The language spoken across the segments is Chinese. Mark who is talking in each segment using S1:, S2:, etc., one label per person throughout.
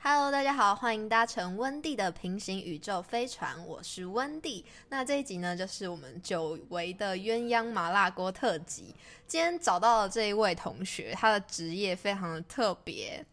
S1: Hello，大家好，欢迎搭乘温蒂的平行宇宙飞船，我是温蒂。那这一集呢，就是我们久违的鸳鸯麻辣锅特辑。今天找到了这一位同学，他的职业非常的特别，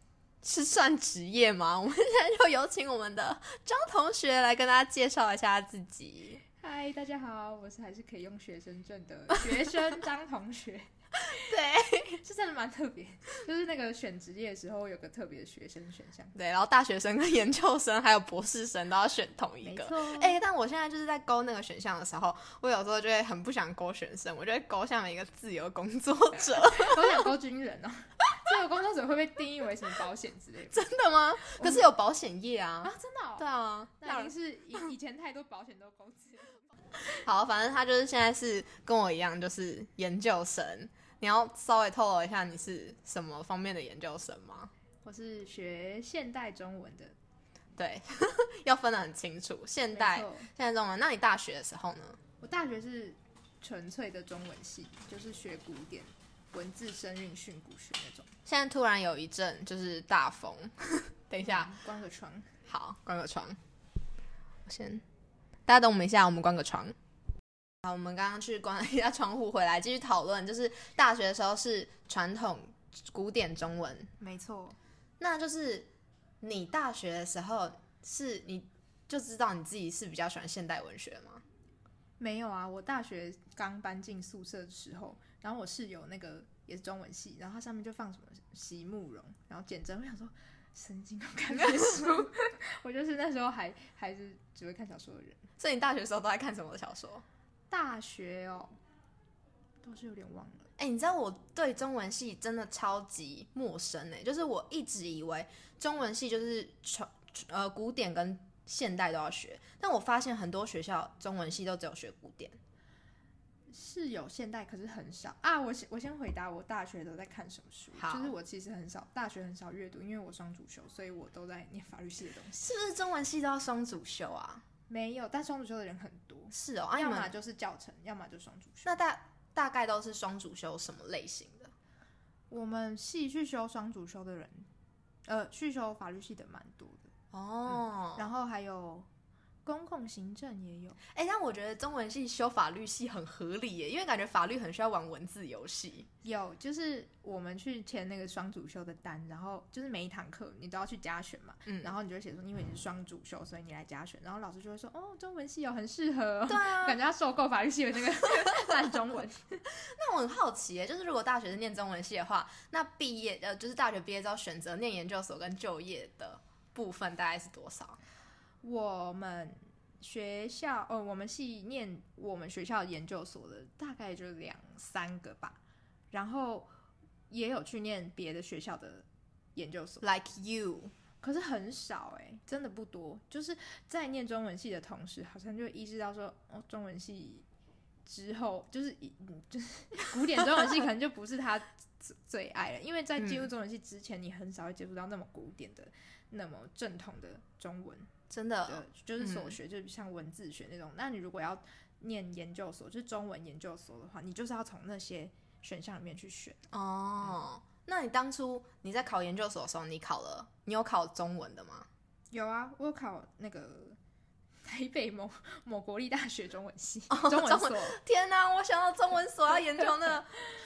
S1: 是算职业吗？我们现在就有请我们的张同学来跟大家介绍一下他自己。
S2: 嗨，大家好，我是还是可以用学生证的学生张同学，
S1: 对
S2: 是真的蛮特别。就是那个选职业的时候有个特别的学生选项，
S1: 对，然后大学生跟研究生还有博士生都要选同一
S2: 没
S1: 个。
S2: 错。
S1: 哎、但我现在就是在勾那个选项的时候，我有时候就会很不想勾选生，我就会勾下面一个自由工作者。
S2: 我想勾军人哦， 这个工作者会被定义为什么保险之类的
S1: 真的吗？可是有保险业啊。
S2: 啊？真的、哦？
S1: 对啊，
S2: 那一定
S1: 那
S2: 是以以前太多保险都勾起了。
S1: 好，反正他就是现在是跟我一样，就是研究生。你要稍微透露一下你是什么方面的研究生吗？
S2: 我是学现代中文的，
S1: 对， 要分得很清楚。现代
S2: 没错
S1: 现代中文，那你大学的时候呢？
S2: 我大学是纯粹的中文系，就是学古典文字、声韵、训诂学那种。
S1: 现在突然有一阵就是大风， 等一下，
S2: 嗯，关个窗。
S1: 好，关个窗。我先，大家等我们一下，我们关个窗。好，我们刚刚去关了一下窗户，回来继续讨论，就是大学的时候是传统古典中文，
S2: 没错，
S1: 那就是你大学的时候是你就知道你自己是比较喜欢现代文学吗？
S2: 没有啊，我大学刚搬进宿舍的时候，然后我室友那个也是中文系，然后它上面就放什么席慕容，然后简直我想说神经都看这些书，我就是那时候还还是只会看小说的人。
S1: 所以你大学的时候都在看什么小说？
S2: 大学哦，都是有点忘了。
S1: 哎、你知道我对中文系真的超级陌生哎、就是我一直以为中文系就是传呃古典跟现代都要学，但我发现很多学校中文系都只有学古典。
S2: 是有现代，可是很少啊。我先我先回答我大学都在看什么书，
S1: 好
S2: 就是我其实很少大学很少阅读，因为我双主修，所以我都在念法律系的东西。
S1: 是不是中文系都要双主修啊？
S2: 没有，但双主修的人很多，
S1: 是哦，啊你
S2: 要么
S1: 们
S2: 就是教程，要么就双主修。
S1: 那大大概都是双主修什么类型的？
S2: 我们系去修双主修的人，呃，去修法律系的蛮多的，
S1: 哦，
S2: 然后还有公共行政也有。
S1: 哎、但我觉得中文系修法律系很合理耶，因为感觉法律很需要玩文字游戏。
S2: 有，就是我们去填那个双主修的单，然后就是每一堂课你都要去加选嘛，
S1: 嗯
S2: 然后你就会写说，因为你是双主修，所以你来加选，然后老师就会说，哦，中文系有很适合、 哦，
S1: 对啊，
S2: 感觉要受够法律系的那个 烂中文。
S1: 那我很好奇耶，就是如果大学是念中文系的话，那毕业呃，就是大学毕业之后选择念研究所跟就业的部分大概是多少？
S2: 我们学校，呃，我们系念我们学校研究所的，大概就两三个吧。然后也有去念别的学校的研究所，
S1: Like you，
S2: 可是很少哎、真的不多。就是在念中文系的同时，好像就意识到说，哦，中文系之后就是以嗯就是古典中文系可能就不是他最最爱了，因为在进入中文系之前，你很少会接触到那么古典的、那么正统的中文。
S1: 真的
S2: 的，就是所
S1: 嗯
S2: 学，就是像文字学那种。那你如果要念研究所，就是中文研究所的话，你就是要从那些选项里面去选。
S1: 哦。那你当初你在考研究所的时候，你考了，你有考中文的吗？
S2: 有啊，我有考那个 台北某某国立大学中文系、哦 中文所。
S1: 天哪、我想到中文所要研究那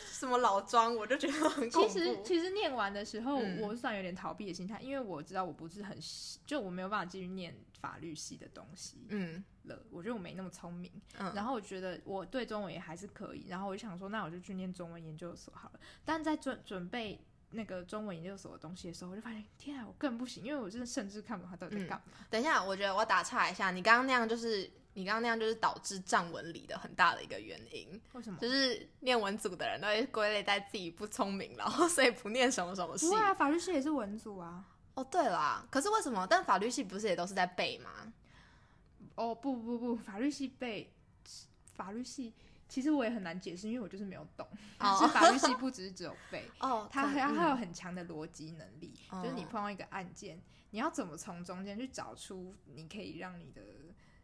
S1: 什么老庄，我就觉得很恐
S2: 其
S1: 怖。
S2: 实其实念完的时候，
S1: 嗯
S2: 我算有点逃避的心态，因为我知道我不是很喜就我没有办法继续念法律系的东西
S1: 嗯
S2: 了，我觉得我没那么聪明。
S1: 嗯，
S2: 然后我觉得我对中文也还是可以，然后我就想说，那我就去念中文研究所好了。但在准准备那个中文研究所的东西的时候，我就发现，天啊，我更不行，因为我真的甚至看不懂他到底
S1: 嗯
S2: 在干嘛。
S1: 等一下，我觉得我打岔一下，你刚刚那样就是你刚刚那样就是导致站文理的很大的一个原因。
S2: 为什么？
S1: 就是念文组的人都会归类在自己不聪明，然后所以不念什么什么系
S2: 不。会啊，法律系也是文组啊。
S1: 哦，对啦，可是为什么？但法律系不是也都是在背吗？
S2: 哦，不不不，法律系被法律系。其实我也很难解释，因为我就是没有懂。但 是
S1: 哦
S2: 法律系不只是只有背，
S1: 哦
S2: 它还
S1: 嗯
S2: 它有很强的逻辑能力，
S1: 哦
S2: 就是你碰到一个案件，你要怎么从中间去找出你可以让你的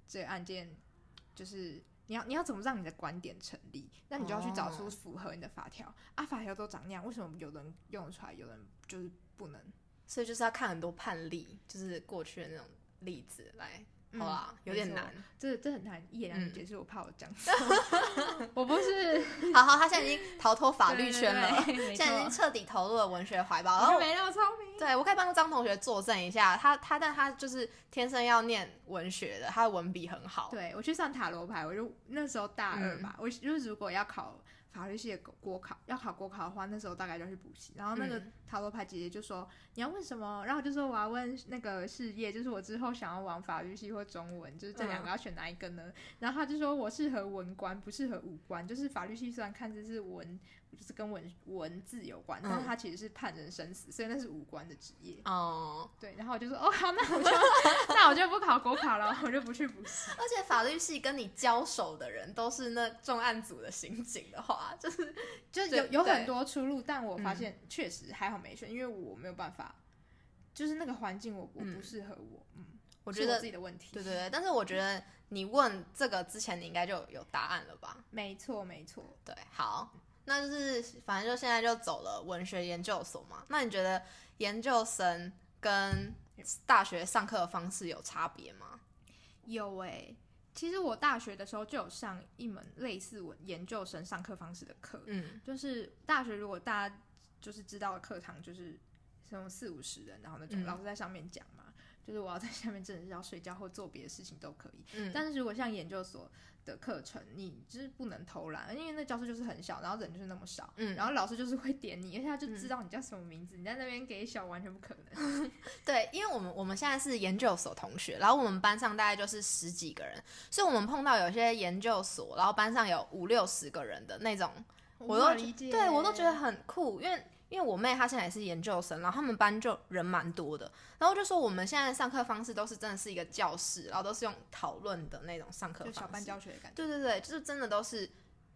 S2: 这个案件，就是你要你要怎么让你的观点成立，那你就要去找出
S1: 哦
S2: 符合你的法条、啊，法条都长那样，为什么有的人用得出来，有的人就是不能？
S1: 所以就是要看很多判例，就是过去的那种例子来，
S2: 嗯
S1: 好啦，有点难。
S2: 这这很难一言两语
S1: 嗯
S2: 解释，我怕我 讲错。 我不是
S1: 好好，他现在已经逃脱法律圈了，，
S2: 对对对没
S1: 现在已经
S2: 错，
S1: 彻底投入了文学怀抱。然后
S2: 你就没那么聪明。
S1: 对，我可以帮张同学作证一下，他他但他就是天生要念文学的，他的文笔很好。嗯
S2: 对我去上塔罗牌，我就那时候大二吧，我就是如果要考法律系的国考，要考国考的话，那时候大概就要去补习。然后那个
S1: 嗯
S2: 塔罗牌姐姐就说你要问什么，然后我就说我要问那个事业，就是我之后想要往法律系或中文，就是这两
S1: 嗯
S2: 个要选哪一个呢？然后她就说我适合文官，不适合武官，就是法律系虽然看似是文，就是跟文文字有关，但
S1: 嗯
S2: 是它其实是判人生死，所以那是武官的职业。
S1: 哦、
S2: 对，然后我就说哦好，那我就 那我就不考国考了，我就不去补习。
S1: 而且法律系跟你交手的人都是那重案组的刑警的话，就是
S2: 就是
S1: 对
S2: 有有
S1: 对
S2: 很多出路，但我发
S1: 嗯
S2: 现确实还好没选，因为我没有办法，就是那个环境我我
S1: 嗯
S2: 不适合我，嗯，
S1: 我
S2: 是
S1: 觉得
S2: 自己的问题，
S1: 对对，对，但是我觉得你问这个之前，你应该就有答案了吧？
S2: 没错没错，
S1: 对，好，那就是反正就现在就走了文学研究所嘛。那你觉得研究生跟大学上课的方式有差别吗？
S2: 有哎、其实我大学的时候就有上一门类似我研究生上课方式的课，
S1: 嗯
S2: 就是大学如果大家就是知道的课堂就是什么四五十人，然后那种、
S1: 嗯
S2: 老师在上面讲嘛，就是我要在下面真的是要睡觉或做别的事情都可以，
S1: 嗯，
S2: 但是如果像研究所的课程，你就是不能偷懒，因为那教室就是很小，然后人就是那么少，
S1: 嗯
S2: 然后老师就是会点你，而且他就
S1: 嗯
S2: 知道你叫什么名字，你在那边给小完全不可 能。
S1: 对，因为我们我们现在是研究所同学，然后我们班上大概就是十几个人，所以我们碰到有些研究所，然后班上有五六十个人的那种，我
S2: 无法
S1: 都
S2: 理解，欸
S1: 对我都觉得很酷，因为。因为我妹她现在也是研究生，然后他们班就人蛮多的，然后就说我们现在上课方式都是真的是一个教室，然后都是用讨论的那种上课
S2: 就
S1: 方式，
S2: 小班教学的感觉。
S1: 对对对，就是真的都是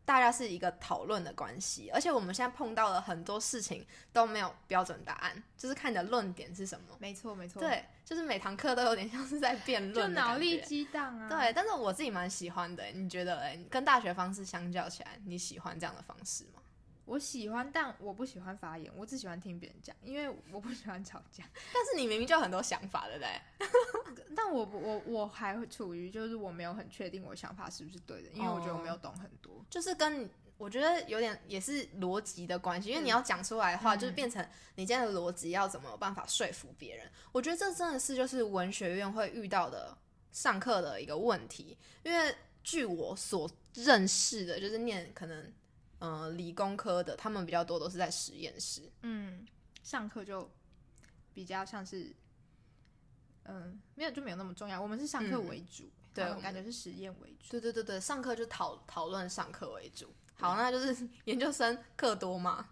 S1: 大家是一个讨论的关系，而且我们现在碰到了很多事情都没有标准答案，就是看你的论点是什么。
S2: 没错没错，，
S1: 对，就是每堂课都有点像是在辩
S2: 就
S1: 论，
S2: 脑力。激荡啊。
S1: 对，但是我自己蛮喜欢的欸。你觉得，哎，跟大学方式相较起来，你喜欢这样的方式吗？
S2: 我喜欢，但我不喜欢发言，我只喜欢听别人讲，因为我不喜欢吵架。
S1: 但是你明明就有很多想法，对不对？
S2: 但我不我我还会处于就是我没有很确定我想法是不是对的，因为我觉得我没有懂很多。
S1: 就是跟你我觉得有点也是逻辑的关系，因为你要讲出来的话，
S2: 嗯
S1: 就是变成你今天的逻辑要怎么有办法说服别人。我觉得这真的是就是文学院会遇到的上课的一个问题，因为据我所认识的，就是念可能呃理工科的，他们比较多都是在实验室。
S2: 嗯，上课就比较像是，嗯，没有就没有那么重要。我们是上课
S1: 嗯
S2: 为主，
S1: 对
S2: 他
S1: 我
S2: 们
S1: 们
S2: 感觉是实验为主。
S1: 对对对对，上课就讨讨论上课为主。嗯好，那就是研究生课多吗？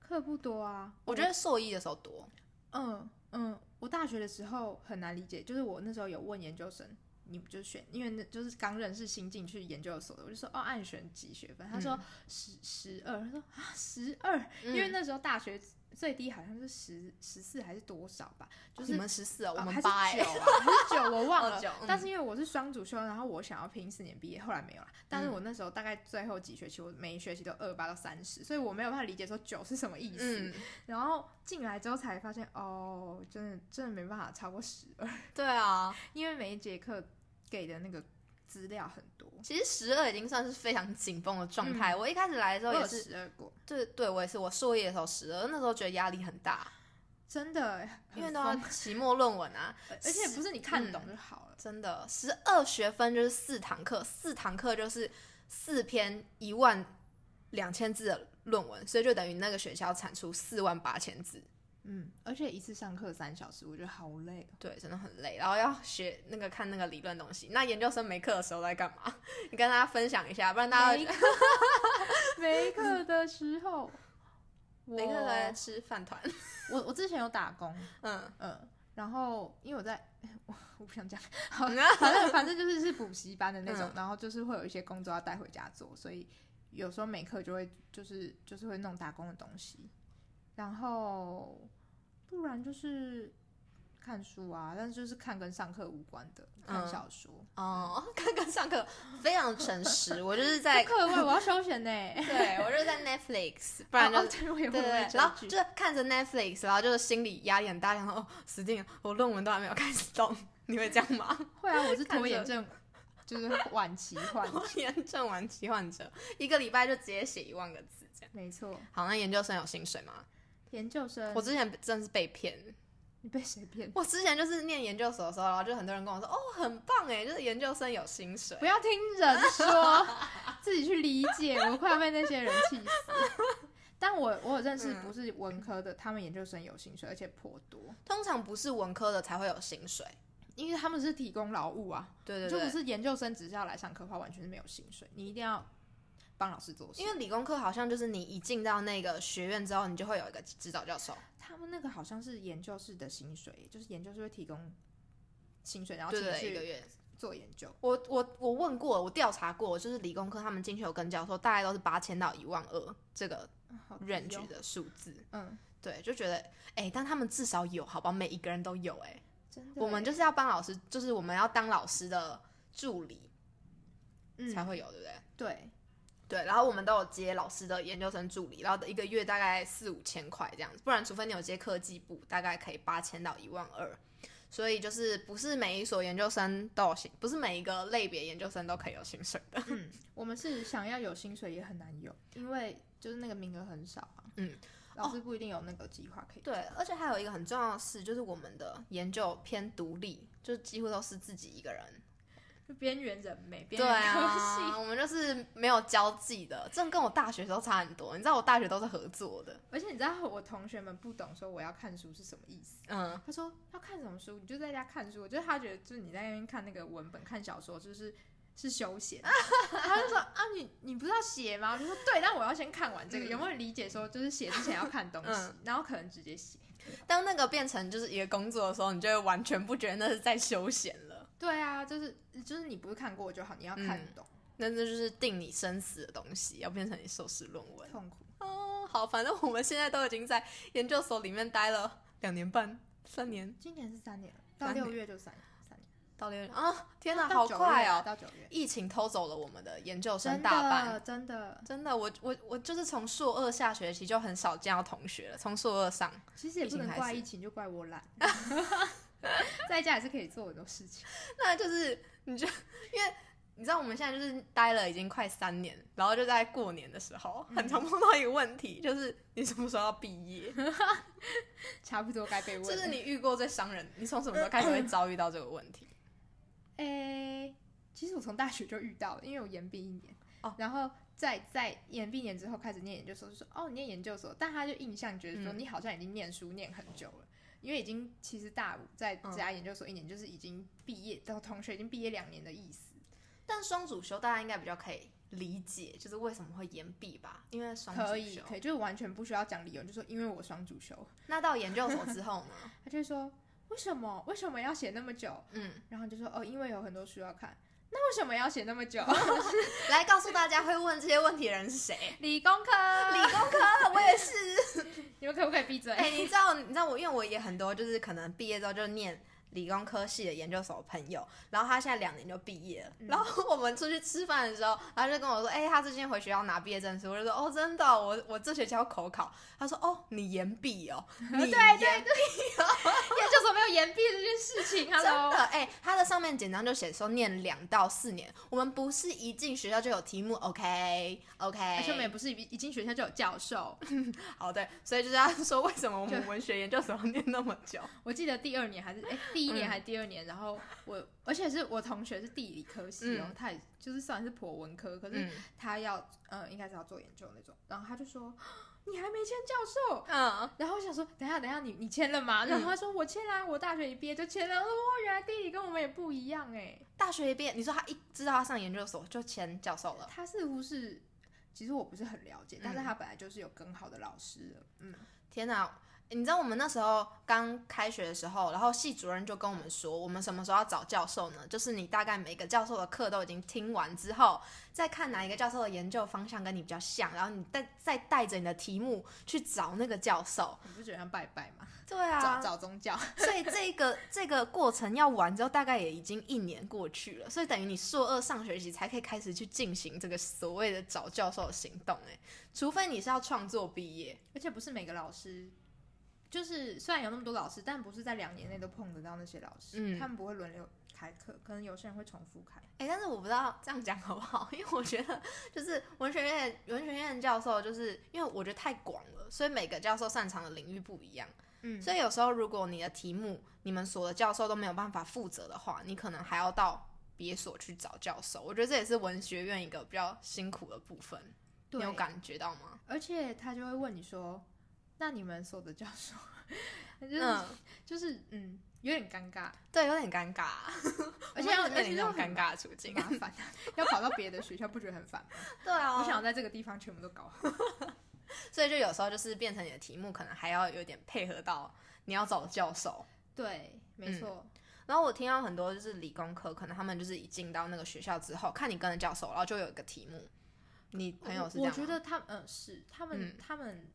S2: 课不多啊，
S1: 我觉得硕一的时候多。
S2: 嗯嗯，我大学的时候很难理解，就是我那时候有问研究生，你们就选，因为那就是刚认识新进去研究所的，我就说哦，按选几学分？他说十十二，他说啊十二，因为
S1: 嗯
S2: 那时候大学最低好像是十十四还是多少吧，就
S1: 你
S2: 是
S1: 们十四啊，我
S2: 哦
S1: 们
S2: 还是
S1: 八哎、
S2: 九啊，还是九，我忘
S1: 哦
S2: 了
S1: 九。
S2: 但
S1: 嗯
S2: 是因为我是双主修，然后我想要拼四年毕业，后来没有了。但是我那时候大概最后几学期，我每一学期都二八到三十，所以我没有办法理解说九是什么意思。
S1: 嗯，
S2: 然后进来之后才发现，哦，真的真的没办法超过十二，
S1: 对啊，
S2: 因为每一节课给的那个资料很多。
S1: 其实十二已经算是非常紧绷的状态。我一开始来的时
S2: 嗯我
S1: 候也
S2: 有
S1: 是，
S2: 十二过，
S1: 对对，我也是，我硕一的时候十二，那时候觉得压力很大，
S2: 真的很
S1: 因为都要
S2: 疯
S1: 期末论文啊，
S2: 而而且不是你看懂
S1: 嗯
S2: 就好了。
S1: 真的，十二学分就是四堂课，四堂课就是四篇一万两千字的论文，所以就等于那个学校产出四万八千字，
S2: 嗯，而且一次上课三小时，我觉得好累哦。
S1: 对，真的很累。然后要学那个看那个理论东西。那研究生没课的时候在干嘛？ 你跟大家分享一下，不然大家
S2: 没课没课的时候，我
S1: 没课都在吃饭团。
S2: 我我之前有打工，
S1: 嗯，
S2: 嗯，然后因为我在， 我我不想 讲，好
S1: 嗯，
S2: 反正反正就是是补习班的那种
S1: 嗯，
S2: 然后就是会有一些工作要带回家做，所以有时候没课就会就是就是会弄打工的东西，然后不然就是看书啊，但是就是看跟上课无关的，看
S1: 嗯
S2: 小说。
S1: 哦，刚刚上课非常诚实，我就是在
S2: 在课外我要休闲呢、
S1: 对我就是在 Netflix，不然就
S2: 哦哦对我也会
S1: 对对
S2: 为
S1: 对，
S2: 这
S1: 然后
S2: 句
S1: 就是看着 Netflix，然后就是心理压力很大，想说哦死定了，我论文都还没有开始动，你会这样吗？
S2: 会啊，我是
S1: 看
S2: 拖延
S1: 着
S2: 症，就是晚期患 者
S1: 拖延症晚期患者一个礼拜就直接写一万个字这样。
S2: 没错，
S1: 好，那研究生有薪水吗？
S2: 研究生，
S1: 我之前真的是被骗。
S2: 你被谁骗？
S1: 我之前就是念研究所的时候，然后就很多人跟我说，哦，很棒哎，就是研究生有薪水
S2: 不。要听人说，自己去理解。我快要被那些人气死。 但我我有认识
S1: 嗯
S2: 不是文科的，他们研究生有薪水，而且颇多，
S1: 通常不是文科的才会有薪水。
S2: 因为他们是提供劳务啊，
S1: 对对
S2: 就不
S1: 对，
S2: 是研究生只是要来上课的话，完全是没有薪水，你一定要帮老师做事。
S1: 因为理工科好像就是你一进到那个学院之后，你就会有一个指导教授。
S2: 他们那个好像是研究室的薪水，就是研究室会提供薪水，然后
S1: 对
S2: 请
S1: 对
S2: 你
S1: 对，一个
S2: 去
S1: 月。
S2: 做研究。
S1: 我我我问过，我调查过，就是理工科他们进去有跟教授，大概都是八千到一万二这个
S2: 嗯好低哦
S1: range 的数字。
S2: 嗯，
S1: 对，就觉得哎、但他们至少有，好吧，每一个人都有哎、
S2: 真的耶，
S1: 我们就是要帮老师，就是我们要当老师的助理才
S2: 嗯，
S1: 会有，对不对？
S2: 对，
S1: 对，然后我们都有接老师的研究生助理，然后一个月大概四五千块这样子，不然除非你有接科技部，大概可以八千到一万二。所以就是不是每一所研究生都有薪，不是每一个类别研究生都可以有薪水的。
S2: 嗯我们是想要有薪水也很难有，因为就是那个名额很少啊。
S1: 嗯，
S2: 老师不一定有那个计划可以。
S1: 对，而且还有一个很重要的事，就是我们的研究偏独立，就几乎都是自己一个人。
S2: 就边缘人美，边
S1: 对
S2: 缘科
S1: 啊，
S2: 系。
S1: 我们就是没有交际的，这跟我大学的时候差很多。你知道我大学都是合作的，
S2: 而且你知道我同学们不懂说我要看书是什么意思，
S1: 嗯，
S2: 他说要看什么书，你就在家看书。就是他觉得就是你在那边看那个文本、看小说，就是是休闲。 他就说啊，你你不是要写吗？我就说对，但我要先看完这个。
S1: 嗯
S2: 有没有理解说就是写之前要看东西，
S1: 嗯
S2: 然后可能直接写。
S1: 当那个变成就是一个工作的时候，你就会完全不觉得那是在休闲了，
S2: 对啊，就是就是你不是看过就好，你要看
S1: 嗯
S2: 懂，
S1: 那这就是定你生死的东西，要变成你硕士论文。
S2: 痛苦。
S1: 哦，好，反正我们现在都已经在研究所里面待了两年半、三年
S2: 今年是三年了，到
S1: 三年
S2: 六月就三三年。
S1: 到六年啊，天哪，
S2: 到
S1: 好
S2: 九
S1: 快
S2: 月啊
S1: 哦！
S2: 到九月，
S1: 疫情偷走了我们的研究生
S2: 真
S1: 大半，
S2: 的真的，
S1: 真的，我我我就是从硕二下学期就很少见到同学了，从硕二上，
S2: 其实也
S1: 疫
S2: 不
S1: 情
S2: 能
S1: 还
S2: 怪
S1: 是
S2: 疫情，就怪 我懒，在家也是可以做很多事情。
S1: 那就是你就因为你知道我们现在就是待了已经快三年，然后就在过年的时候，
S2: 嗯
S1: 很常碰到一个问题，就是你什么时候要毕业？
S2: 差不多该被问
S1: 这
S2: 了。
S1: 是你遇过最伤人，你从什么时候开始会遭遇到这个问题？
S2: 诶、其实我从大学就遇到了，因为我延毕一年，
S1: 哦
S2: 然后在在延毕一年之后开始念研究所，就说哦，你念研究所，但他就印象觉得说
S1: 嗯
S2: 你好像已经念书念很久了，因为已经其实大五再
S1: 嗯
S2: 加研究所一年，就是已经毕业，到同学已经毕业两年的意思。
S1: 但双主修大家应该比较可以理解，就是为什么会延毕吧，因为双主修。
S2: 可以，可以，就是完全不需要讲理由，就说因为我双主修，
S1: 那到研究所之后呢？
S2: 他就会说为什么为什么要写那么久？
S1: 嗯，
S2: 然后就说哦，因为有很多书要看。那为什么要写那么久？
S1: 来告诉大家会问这些问题的人是谁？
S2: 理工
S1: 理
S2: 科，
S1: 工科，我也是。
S2: 你们可不可以闭嘴？
S1: 哎、你知道，你知道我，因为我也很多，就是可能毕业之后就念理工科系的研究所的朋友，然后他现在两年就毕业了，
S2: 嗯
S1: 然后我们出去吃饭的时候，他就跟我说，哎、他最近回学校拿毕业证书，我就说，哦，真的哦，我我这学期要口考，他说，哦，你延毕 哦，你延
S2: 对对 对，研究所没有延毕这件事情
S1: 真的
S2: ，Hello，
S1: 哎、他的上面简章就写说念两到四年，我们不是一进学校就有题目，OK
S2: 而且我们也
S1: OK，
S2: 不是一一进学校就有教 授。
S1: 好哦对，所以就是他说为什么我们文学研究所要念那么久，
S2: 我记得第二年还是哎、第一
S1: 嗯
S2: 年还是第二年，然后我而且是我同学是地理科系哦，
S1: 嗯
S2: 他也就是算是颇文科，可是
S1: 嗯
S2: 他要呃应该是要做研究那种，然后他就说 你还没签教授。
S1: 嗯。
S2: 然后我想说，等一下等一下，你你签了吗？然后他说我签啦、我大学一毕业就签了。我说哇，原来地理跟我们也不一样哎、
S1: 大学一毕业，你说他一知道他上研究所就签教授了，
S2: 他似乎是，其实我不是很了解，但是
S1: 哦嗯
S2: 他本来就是有更好的老师了。嗯，
S1: 天哪！诶你知道我们那时候刚开学的时候，然后系主任就跟我们说，我们什么时候要找教授呢？就是你大概每个教授的课都已经听完之后，再看哪一个教授的研究方向跟你比较像，然后你再再带着你的题目去找那个教授。
S2: 你不觉得像拜拜吗？
S1: 对啊
S2: 找，找宗教，
S1: 所以这个这个过程要完之后，大概也已经一年过去了，所以等于你硕二上学期才可以开始去进行这个所谓的找教授的行动。哎，除非你是要创作毕业，
S2: 而且不是每个老师，就是虽然有那么多老师，但不是在两年内都碰得到那些老师，
S1: 嗯
S2: 他们不会轮流开课，可能有些人会重复开。
S1: 哎、但是我不知道这样讲好不好，因为我觉得就是文学院文学院教授，就是因为我觉得太广了，所以每个教授擅长的领域不一样，
S2: 嗯，
S1: 所以有时候如果你的题目你们所的教授都没有办法负责的话，你可能还要到别所去找教授。我觉得这也是文学院一个比较辛苦的部分，你有
S2: 对，
S1: 感觉到吗？
S2: 而且他就会问你说：“那你们所的教授，就是、
S1: 嗯，
S2: 就是嗯，有点尴尬，
S1: 对，有点尴尬，啊
S2: 而且
S1: 我们
S2: 要
S1: 一直面临
S2: 而且
S1: 这
S2: 又
S1: 种
S2: 很
S1: 尴尬的处境。啊
S2: 麻烦，啊要跑到别的学校，不觉得很 烦吗？
S1: 对啊，
S2: 我想在这个地方全部都搞好。
S1: 所以就有时候就是变成你的题目可能还要有点配合到你要找的教授。
S2: 对，没错，
S1: 然后我听到很多就是理工科，可能他们就是一进到那个学校之后，看你跟着教授，然后就有一个题目。你朋友是这
S2: 我
S1: 样吗
S2: 觉得他们，嗯，是他们、
S1: 嗯
S2: 他们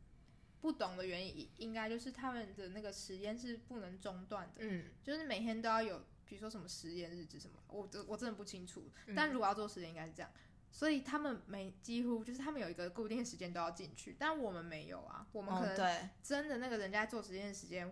S2: 不懂的原因，应该就是他们的那个实验是不能中断的，
S1: 嗯，
S2: 就是每天都要有，比如说什么实验日志什么，我真我真的不清楚。
S1: 嗯
S2: 但如果要做实验，应该是这样。所以他们每几乎就是他们有一个固定的时间都要进去，但我们没有啊，我们可
S1: 哦，
S2: 能
S1: 对，
S2: 真的那个人家做实验的时间，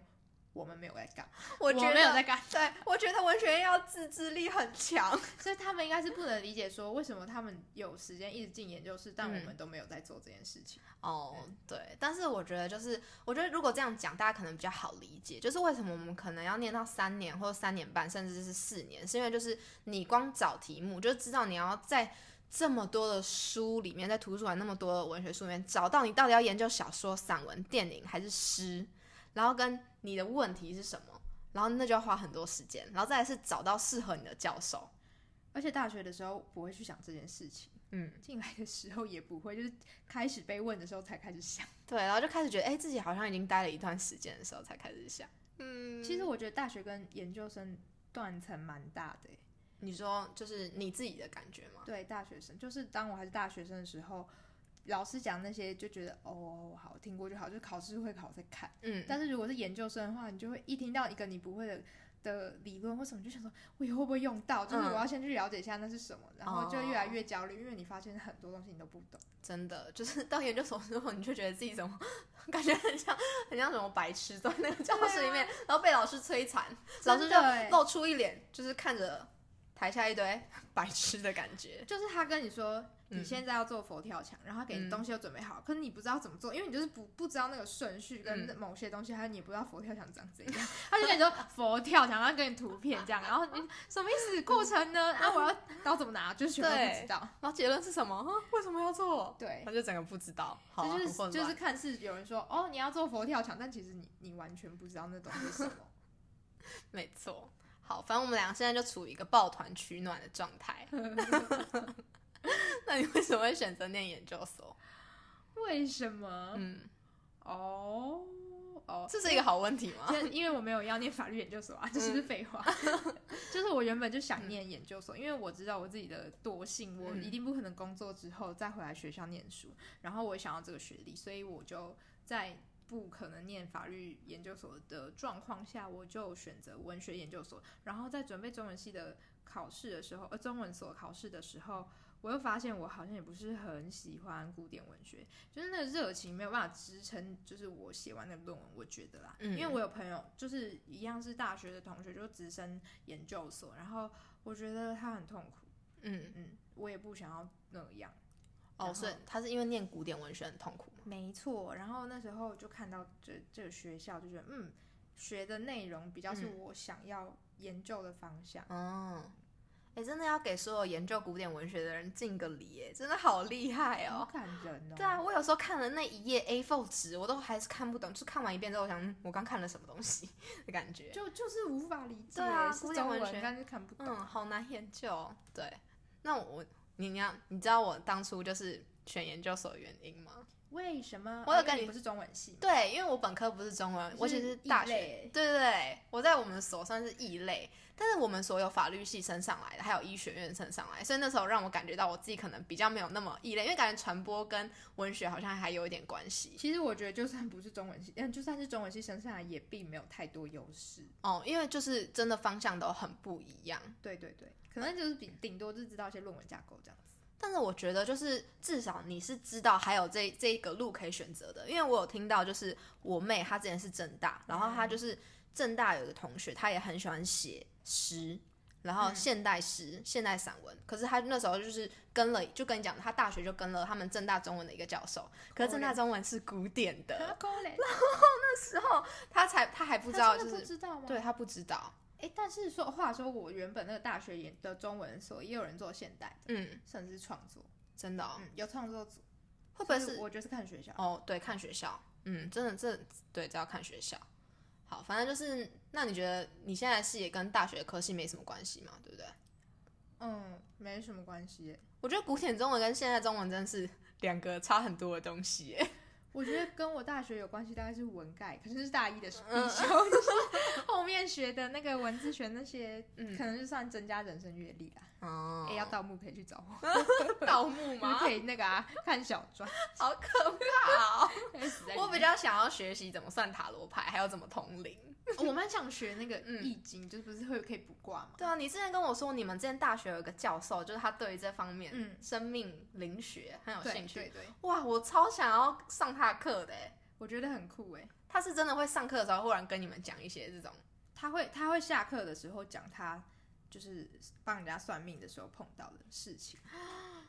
S2: 我们没有在干，
S1: 我觉
S2: 们没有在
S1: 得，
S2: 干，
S1: 对我觉得文学院要自制力很强。
S2: 所以他们应该是不能理解说为什么他们有时间一直进研究室，但
S1: 嗯
S2: 我们都没有在做这件事情。
S1: 哦，对，但是我觉得就是，我觉得如果这样讲，大家可能比较好理解，就是为什么我们可能要念到三年或者三年半，甚至是四年，是因为就是你光找题目，就知道你要在这么多的书里面，在图书馆那么多的文学书里面，找到你到底要研究小说、散文、电影还是诗，然后跟你的问题是什么，然后那就要花很多时间，然后再来是找到适合你的教授。
S2: 而且大学的时候不会去想这件事情，
S1: 嗯，
S2: 进来的时候也不会，就是开始被问的时候才开始想。
S1: 对，然后就开始觉得，哎、自己好像已经待了一段时间的时候，才开始想，嗯，
S2: 其实我觉得大学跟研究生断层蛮大的欸、
S1: 你说就是你自己的感觉吗？
S2: 对大学生，就是当我还是大学生的时候，老师讲那些就觉得哦好听过就好，就考试会考再看。
S1: 嗯，
S2: 但是如果是研究生的话，你就会一听到一个你不会的的理论或什么，就想说我以后会不会用到？就是
S1: 嗯哦
S2: 我要先去了解一下那是什么，然后就越来越焦虑，因为你发现很多东西你都不懂。
S1: 真的就是到研究所之后，你就觉得自己怎么感觉很像很像什么白痴，坐在那个教室里面，然后被老师摧残，老师
S2: 啊真的欸
S1: 就露出一脸就是看着台下一堆白痴的感觉。
S2: 就是他跟你说
S1: 嗯
S2: 你现在要做佛跳墙，然后他给你
S1: 嗯
S2: 东西都准备好，可是你不知道怎么做，因为你就是不不知道那个顺序跟
S1: 嗯
S2: 某些东西，还有你也不知道佛跳墙长怎样， 他就跟你说佛跳墙，然后给你图片这样，然后你什么意思？过 程呢？啊，我要刀怎么拿？就是全部都不知道。
S1: 然后结论是什么？啊为什么要做？
S2: 对
S1: 他，就整个不知道，好、啊，
S2: 这就
S1: 很混
S2: 是就
S1: 乱
S2: 是看似有人说哦，你要做佛跳墙，但其实你你完全不知道那东西是什 么。
S1: 没错。好，反正我们俩现在就处于一个抱团取暖的状 态。 那你为什么会选择念研究所？
S2: 为什么？
S1: 嗯，
S2: 哦哦，
S1: 这是一个好问题吗？
S2: 这因为我没有要念法律研究所啊，这是废话。 就是我原本就想念研究所，因为我知道我自己的惰性，我
S1: 嗯
S2: 一定不可能工作之后再回来学校念书。然后我也想要这个学历，所以我就在不可能念法律研究所的状况下，我就选择文学研究所。然后在准备中文系的考试的时候，呃，中文所考试的时候。我又发现我好像也不是很喜欢古典文学，就是那个热情没有办法支撑，就是我写完那个论文，我觉得啦，
S1: 嗯
S2: 因为我有朋友就是一样是大学的同学，就直升研究所，然后我觉得他很痛苦，
S1: 嗯，
S2: 嗯，我也不想要那样，
S1: 哦，
S2: 然
S1: 所以
S2: 后
S1: 他是因为念古典文学很痛苦吗？
S2: 没错，然后那时候就看到这这个学校，就觉得嗯，学的内容比较是
S1: 嗯
S2: 我想要研究的方向。
S1: 哦，哎、真的要给所有研究古典文学的人敬个礼，哎，真的好厉害
S2: 好
S1: 哦！
S2: 感人哦！
S1: 对啊，，我有时候看了那一页 A4 纸，我都还是看不懂，就看完一遍之后，我想嗯我刚看了什么东西的感觉。
S2: 就就是无法理解，
S1: 对啊
S2: 是
S1: 古典
S2: 中
S1: 文
S2: 文
S1: 学
S2: 但是看不懂。
S1: 嗯，好难研究哦。对，那我你你要你知道我当初就是选研究所的原因吗？
S2: 为什么？
S1: 我有
S2: 哦因为
S1: 跟
S2: 你
S1: 你
S2: 不是中文系嘛，
S1: 对，因为我本科不是中文，我其实是
S2: 异
S1: 大
S2: 类
S1: 学
S2: 欸
S1: 对对对，我在我们所算是异类，但是我们所有法律系升上来的，还有医学院升上来，所以那时候让我感觉到我自己可能比较没有那么异类，因为感觉传播跟文学好像还有一点关系
S2: 其实我觉得，就算不是中文系，嗯，就算是中文系升上来，也并没有太多优势。
S1: 哦，因为就是真的方向都很不一样。
S2: 对对对，可能就是顶顶多就是知道一些论文架构这样子。
S1: 但是我觉得，就是至少你是知道还有这这一个路可以选择的，因为我有听到，就是我妹她之前是正大，然后她
S2: 嗯
S1: 就是正大有一个同学，她也很喜欢写诗，然后
S2: 嗯
S1: 现代诗、现代散文，可是她那时候就是跟了，就跟你讲，她大学就跟了他们正大中文的一个教授，可是正
S2: 哦
S1: 大中文是古典的，
S2: 高嘞，
S1: 之后她才她还不知道，
S2: 他
S1: 就
S2: 真的
S1: 是
S2: 不知道吗？
S1: 对，她不知道，
S2: 哎，但是说话说，我原本那个大学也的中文所也有人做现代的，
S1: 嗯，
S2: 甚至是创作，
S1: 真的、哦，
S2: 嗯，有创作组，
S1: 会不会
S2: 所以
S1: 是
S2: 我觉得是看学校。
S1: 哦，对，看学校，嗯，真的，这对，这要看学校。好，反正就是，那你觉得你现在的系也跟大学科系没什么关系嘛，对不对？
S2: 嗯，没什么关系耶。
S1: 我觉得古典中文跟现代中文真是 两个差很多的东西耶。
S2: 我觉得跟我大学有关系，大概是文概，可是是大一的时候必修，就是后面学的那个文字学那些，
S1: 嗯
S2: 可能就算增加人生阅历啦。
S1: 哦
S2: 哎、要盗墓可以去找我，
S1: 盗墓
S2: 你们
S1: 吗
S2: 可？以那个啊，看小传。
S1: 好可怕 哦！我
S2: 我
S1: 比较想要学习怎么算塔罗牌，还有怎么通灵。
S2: 我蛮想学那个
S1: 嗯
S2: 易经，就是不是会可以卜卦嘛？
S1: 对啊，你之前跟我说你们之前大学有一个教授，就是他对于这方面，
S2: 嗯
S1: 生命灵学很有
S2: 对
S1: 兴趣。
S2: 对对，
S1: 哇，我超想要上他的课的耶。
S2: 我觉得很酷哎。
S1: 他是真的会上课的时候忽然跟你们讲一些这种，
S2: 他会他会下课的时候讲他就是帮人家算命的时候碰到的事 情，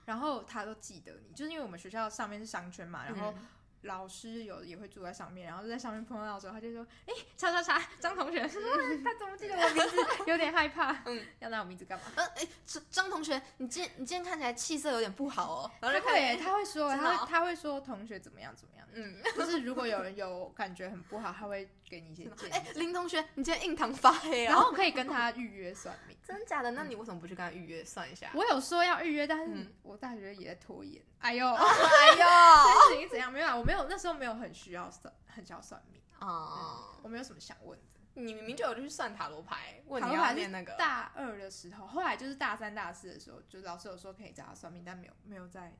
S2: 然后他都记得你，就是因为我们学校上面是商圈嘛，然后
S1: 嗯
S2: 老师有也会住在上面，然后在上面碰到的时候，他就说：“哎、查查查， 张同学，他怎么记得我名字？有点害怕，
S1: 嗯
S2: 嗯，要拿我名字干嘛
S1: 呃，哎、张张同学，你今你今天看起来气色有点不好哦，？”然
S2: 然
S1: 后
S2: 后
S1: 就
S2: 就
S1: 看
S2: 会，他会说，
S1: 真的哦
S2: 他会他会说同学怎么样怎么样，
S1: 嗯，
S2: 就是如果有人有感觉很不好，他会给你一些 建
S1: 哎、
S2: 议，
S1: 林同学，你今天印堂发黑
S2: 然
S1: 哦，
S2: 后可以跟他预约算命。
S1: 真假的？那你为什么不去跟他预约算一下？
S2: 我有说要预约，但是
S1: 嗯
S2: 我大学也在拖延。哎呦，
S1: 哎
S2: 这件事情怎样？没有啊，我没有那时候没有很需要算，很需要算命，
S1: 呦， 哦，
S2: 我没有什么想问的。
S1: 你明明就有去算塔罗牌，问
S2: 塔
S1: 你
S2: 罗
S1: 要
S2: 牌
S1: 念
S2: 是
S1: 那个，
S2: 大二的时候，后来就是大三、大四的时候，就老师有说可以找他算命，但没有没有在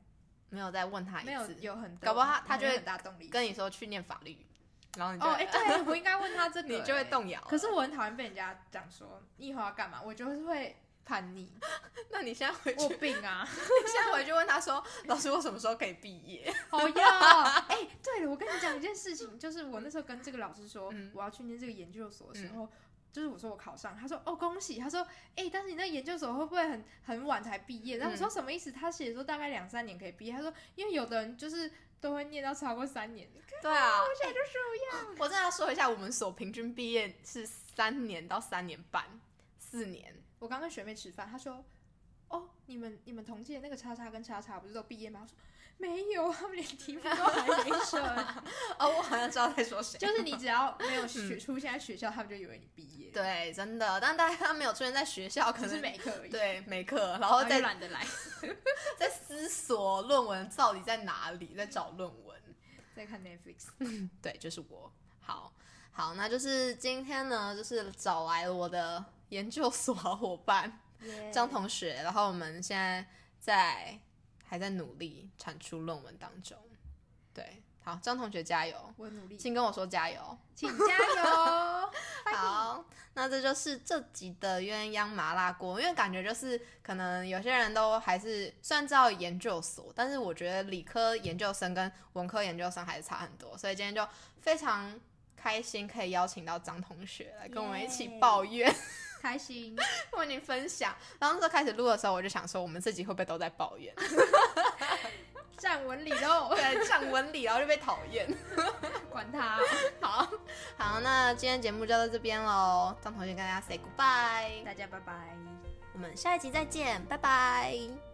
S1: 没有再问他一
S2: 没有
S1: 次，
S2: 有很多
S1: 搞不好他他
S2: 没
S1: 就会
S2: 有很大动力
S1: 跟你说去念法律，然后你就
S2: 哦，
S1: 会
S2: 哎、对，我应该问他这个、
S1: 你就会
S2: 哎。
S1: 动摇了。
S2: 可是我很讨厌被人家讲说你以后要干嘛，我就是会 叛逆，
S1: 那你现在回去，
S2: 我有
S1: 你
S2: 病啊！
S1: 现在回去问他说，老师，我什么时候可以毕业？
S2: 好呀， 哎、对了，我跟你讲一件事情，就是我那时候跟这个老师说、
S1: 嗯
S2: 我要去念这个研究所的时候，就是我说我考上，他说哦恭喜，他说哎、但是你那研究所会不会很很晚才毕业？然后我
S1: 嗯
S2: 说什么意思？他写说大概两三年可以毕业，他说因为有的人就是都会念到超过三年，
S1: 对 啊，
S2: 我现在就是
S1: 我真的要说一下，我们所平均毕业是三年到三年半，四年。
S2: 我刚跟学妹吃饭，她说。哦，你们你们同届的那个叉叉跟叉叉不是都毕业吗？我说没有，他们连题目都还没审。
S1: 哦，我好像知道在说谁。
S2: 就是你只要没有学、
S1: 嗯
S2: 出现在学校，他们就以为你毕业。
S1: 对，真的，但大家他没有出现在学校，可
S2: 可是
S1: 能
S2: 每课而已。
S1: 对没课，然
S2: 然
S1: 后
S2: 后再
S1: 在
S2: 懒得来，
S1: 在思索论文到底在哪里，在找论文。
S2: 再看 Netflix。
S1: 对，就是我。好，好，那就是今天呢，就是找来了我的研究所好伙伴张同学，然后我们现在在还在努力产出论文当中。对，好，张同学加油，
S2: 我努力，
S1: 请跟我说加油。
S2: 请加油！
S1: 好，那这就是这集的鸳鸯麻辣锅，因为感觉就是可能有些人都还是虽然知道研究所，但是我觉得理科研究生跟文科研究生还是差很多，所以今天就非常开心可以邀请到张同学来跟我们一起抱怨，
S2: 开心，
S1: 跟我们分享。然后那时候开始录的时候，我就想说我们自己会不会都在抱怨，
S2: 站稳里喽，
S1: 对，上文理然后就被讨厌。
S2: 管他，
S1: 好好，那今天节目就到这边喽，张同学跟大家 say goodbye，
S2: 大家拜拜。
S1: 我们下一集再见，拜拜。